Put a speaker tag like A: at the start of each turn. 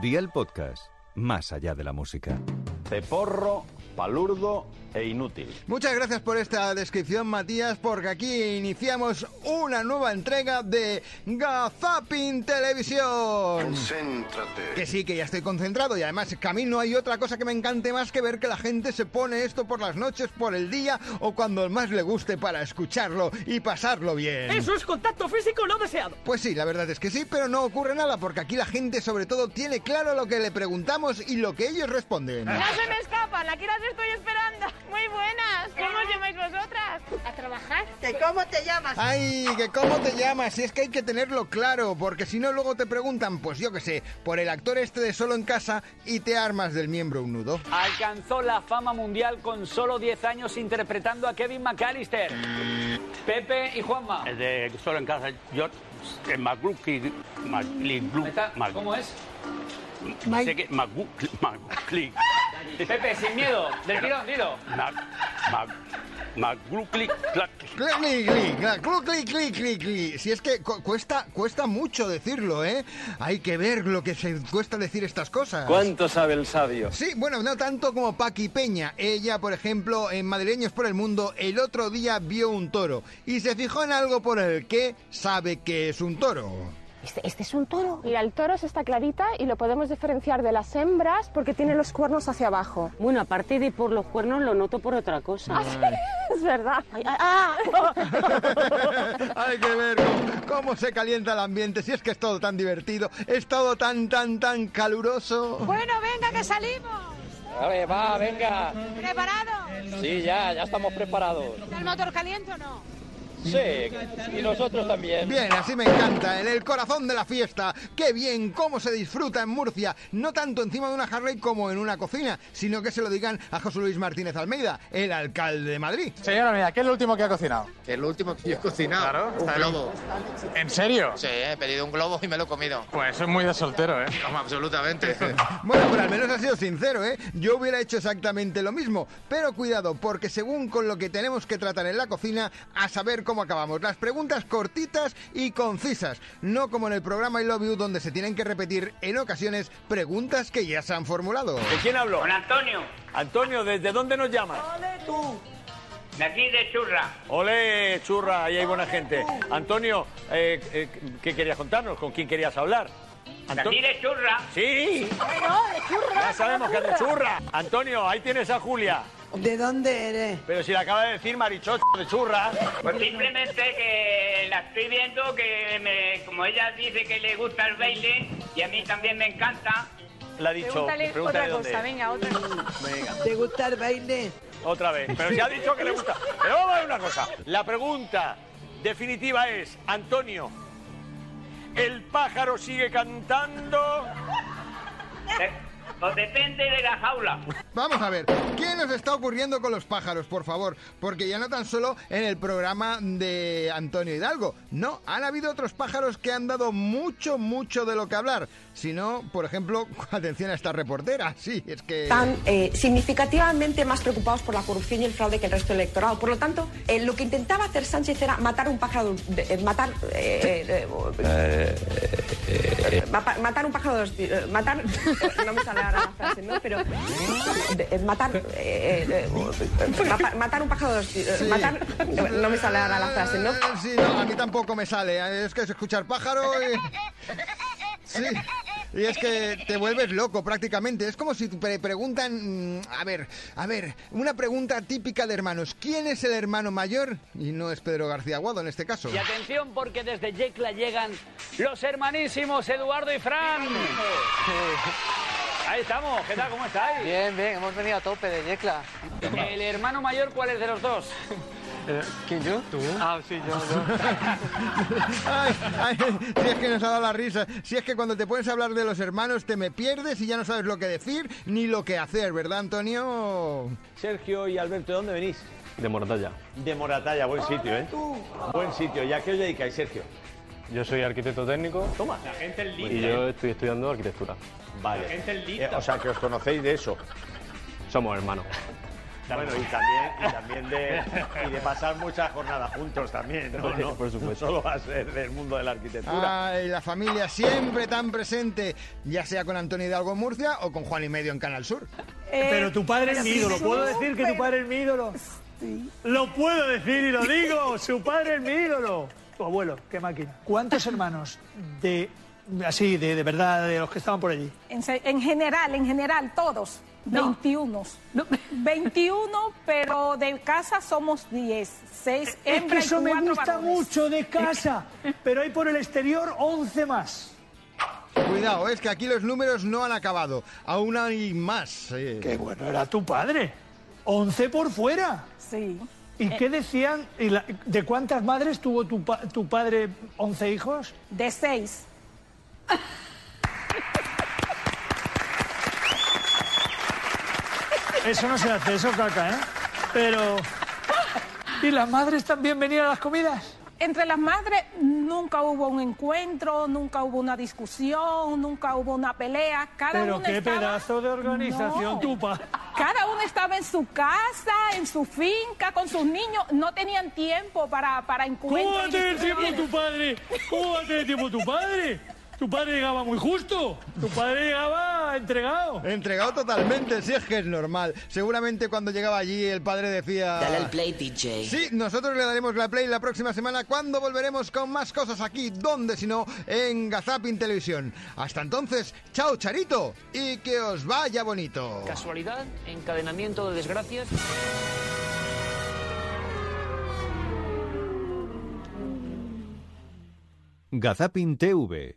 A: Día el podcast, más allá de la música.
B: Ceporro, palurdo e inútil.
C: Muchas gracias por esta descripción, Matías, porque aquí iniciamos una nueva entrega de Gazapin Televisión.
D: Concéntrate.
C: Que sí, que ya estoy concentrado y además, que a mí no hay otra cosa que me encante más que ver que la gente se pone esto por las noches, por el día o cuando más le guste para escucharlo y pasarlo bien.
E: Eso es contacto físico no deseado.
C: Pues sí, la verdad es que sí, pero no ocurre nada porque aquí la gente sobre todo tiene claro lo que le preguntamos y lo que ellos responden.
F: No se me escapa, la quieras estoy esperando. Muy buenas. ¿Cómo os llamáis vosotras?
G: A trabajar.
H: ¿Que cómo te llamas?
C: Ay, que cómo te llamas, si es que hay que tenerlo claro, porque si no luego te preguntan, pues yo qué sé, por el actor este de Solo en casa y te armas del miembro un nudo.
E: Alcanzó la fama mundial con solo 10 años interpretando a Kevin McAllister, Pepe y Juanma.
I: El
B: Eh,
I: de Solo en Casa, George eh, McGlucky. McGlucky.
E: ¿Me está-
I: Mag-
E: ¿Cómo es?
I: No sé qué. McGlucky. McGlucky.
E: Pepe, sin miedo, del tirón, dilo.
I: Mag- Mag- McGlucky. Clack.
C: Clic, clic, clic, clac, cluc, clic, clic, clic, clic. Si es que cu- cuesta, cuesta mucho decirlo, ¿eh? Hay que ver lo que se cuesta decir estas cosas.
B: ¿Cuánto sabe el sabio?
C: Sí, bueno, no tanto como Paqui Peña. Ella, por ejemplo, en Madrileños por el Mundo, el otro día vio un toro y se fijó en algo por el que sabe que es un toro.
G: Este, este es un toro.
F: Mira, el toro es esta clarita y lo podemos diferenciar de las hembras porque tiene los cuernos hacia abajo.
G: Bueno, aparte de por los cuernos, lo noto por otra cosa.
F: Es verdad.
G: Ay, ay, ah.
C: Hay que ver cómo, cómo se calienta el ambiente, si es que es todo tan divertido, es todo tan, tan, tan caluroso.
H: Bueno, venga, que salimos.
E: A ver, va, venga.
H: ¿Preparados?
E: Sí, ya, ya estamos preparados.
H: ¿Está el motor caliente o no?
E: Sí, y nosotros también.
C: Bien, así me encanta, en el corazón de la fiesta. Qué bien, cómo se disfruta en Murcia, no tanto encima de una Harley como en una cocina, sino que se lo digan a José Luis Martínez Almeida, el alcalde de Madrid.
J: Señora mía, ¿qué es lo último que ha cocinado?
K: Que es lo último que yo he cocinado. un globo.
J: ¿En serio?
K: Sí, he pedido un globo y me lo he comido.
J: Pues es muy de soltero, ¿eh?
K: Vamos, absolutamente.
C: Bueno, pero al menos ha sido sincero, ¿eh? Yo hubiera hecho exactamente lo mismo, pero cuidado, porque según con lo que tenemos que tratar en la cocina, a saber cómo acabamos. Las preguntas cortitas y concisas, no como en el programa I Love You, donde se tienen que repetir en ocasiones preguntas que ya se han formulado.
B: ¿De quién habló?
E: Con Antonio,
B: Antonio, ¿desde dónde nos llamas?
E: de aquí de Churra.
B: Ole, churra, ahí hay buena gente. Antonio, eh, eh, ¿qué querías contarnos? ¿Con quién querías hablar? Anto-
E: de Churra.
B: Sí, ya sabemos que es de churra. Antonio, ahí tienes a Julia.
H: ¿De dónde eres?
B: Pero si le acaba de decir marichocho de churra.
E: Pues Simplemente que la estoy viendo, que me- como ella dice que le gusta el baile y a mí también me encanta.
B: Le ha dicho,
F: Pregúntale,
B: pregúntale
F: otra
B: dónde
F: cosa,
B: es.
F: venga, otra cosa.
B: Venga,
H: ¿Te gusta el baile?
B: otra vez. Pero si ha dicho que le gusta. Pero vamos a ver una cosa. La pregunta definitiva es, Antonio, ¿el pájaro sigue cantando?
E: Pues depende de la jaula.
C: Vamos a ver, ¿qué nos está ocurriendo con los pájaros, por favor? Porque ya no tan solo en el programa de Antonio Hidalgo, no, han habido otros pájaros que han dado mucho, mucho de lo que hablar. Si no, por ejemplo, atención a esta reportera, sí, es que...
L: están eh, significativamente más preocupados por la corrupción y el fraude que el resto del electorado. Por lo tanto, eh, lo que intentaba hacer Sánchez era matar un pájaro, de- eh, matar, eh, eh, eh, mapa- matar un pájaro, de dos ti- eh, matar, no me sale ahora la frase, ¿no? Pero de- eh, matar, eh, eh, eh, mapa- matar un pájaro, de dos ti- eh,
C: Sí.
L: matar, no me sale ahora la frase, ¿no?
C: Eh, Sí, no, a mí tampoco me sale. eh, Es que es escuchar pájaro y... Sí. Y es que te vuelves loco prácticamente. Es como si te preguntan... mm, A ver, a ver, una pregunta típica de hermanos. ¿Quién es el hermano mayor? Y no es Pedro García Guado en este caso.
E: Y atención porque desde Yecla llegan los hermanísimos Eduardo y Fran. Ahí estamos, ¿qué tal? ¿Cómo estáis?
K: Bien, bien, hemos venido a tope de Yecla.
E: El hermano mayor, ¿cuál es de los dos?
K: ¿Quién yo? ¿Tú? Ah, sí, yo.
C: Ay, ay, si es que nos ha dado la risa. Si es que cuando te pones a hablar de los hermanos te me pierdes y ya no sabes lo que decir ni lo que hacer, ¿verdad, Antonio?
B: Sergio y Alberto, ¿de dónde venís? De Moratalla. De Moratalla, buen sitio, ¿eh? Buen sitio. ¿Y a qué os dedicáis, Sergio?
I: Yo soy arquitecto técnico
B: Toma.
I: y yo estoy estudiando arquitectura.
B: Vale. Eh, o sea, que os conocéis de eso.
I: Somos hermanos.
D: Bueno, y también, y también de, y de pasar muchas jornadas juntos también, ¿no?
C: Hombre,
D: No,
C: por supuesto.
D: Solo va a ser del mundo de la arquitectura.
C: Ay, la familia siempre tan presente, ya sea con Antonio Hidalgo en Murcia o con Juan y Medio en Canal Sur.
M: Eh,
N: Pero tu padre es mi ídolo. ¿Puedo decir que tu padre es mi ídolo? Lo puedo decir y lo digo. Su padre es mi ídolo. Tu abuelo, qué máquina. ¿Cuántos hermanos de así, de, de verdad, de los que estaban por allí?
M: En, se- en general, en general, todos. 21. 21, pero de casa somos 10. 6
N: Es que
M: hembras y
N: eso me
M: cuatro
N: gusta
M: varones.
N: mucho de casa, pero hay por el exterior 11 más.
C: Cuidado, es que aquí los números no han acabado. Aún hay más. Qué
N: bueno, era tu padre. 11 por fuera.
M: Sí.
N: ¿Y
M: Eh.
N: qué decían? y la- ¿De cuántas madres tuvo tu, pa- tu padre 11 hijos?
M: De 6.
N: Eso no se hace, eso caca, ¿eh? Pero... ¿Y las madres también venían a las comidas?
M: Entre las madres nunca hubo un encuentro, nunca hubo una discusión, nunca hubo una pelea. Cada
N: Pero
M: una
N: qué
M: estaba-
N: pedazo de organización
M: No.
N: tu pa.
M: Cada uno estaba en su casa, en su finca, con sus niños. No tenían tiempo para, para
N: ¿Cómo va
M: encuentros.
N: a tener tiempo tu padre? ¿Cómo va a tener tiempo tu padre? Tu padre llegaba muy justo. Tu padre llegaba entregado.
C: Entregado totalmente, si es que es normal. Seguramente cuando llegaba allí el padre decía...
O: Dale al play, DJ.
C: Sí, nosotros le daremos la play la próxima semana cuando volveremos con más cosas aquí, donde si no, en Gazapin Televisión. Hasta entonces, chao Charito y que os vaya bonito.
P: Casualidad, encadenamiento de desgracias.
A: Gazapin TV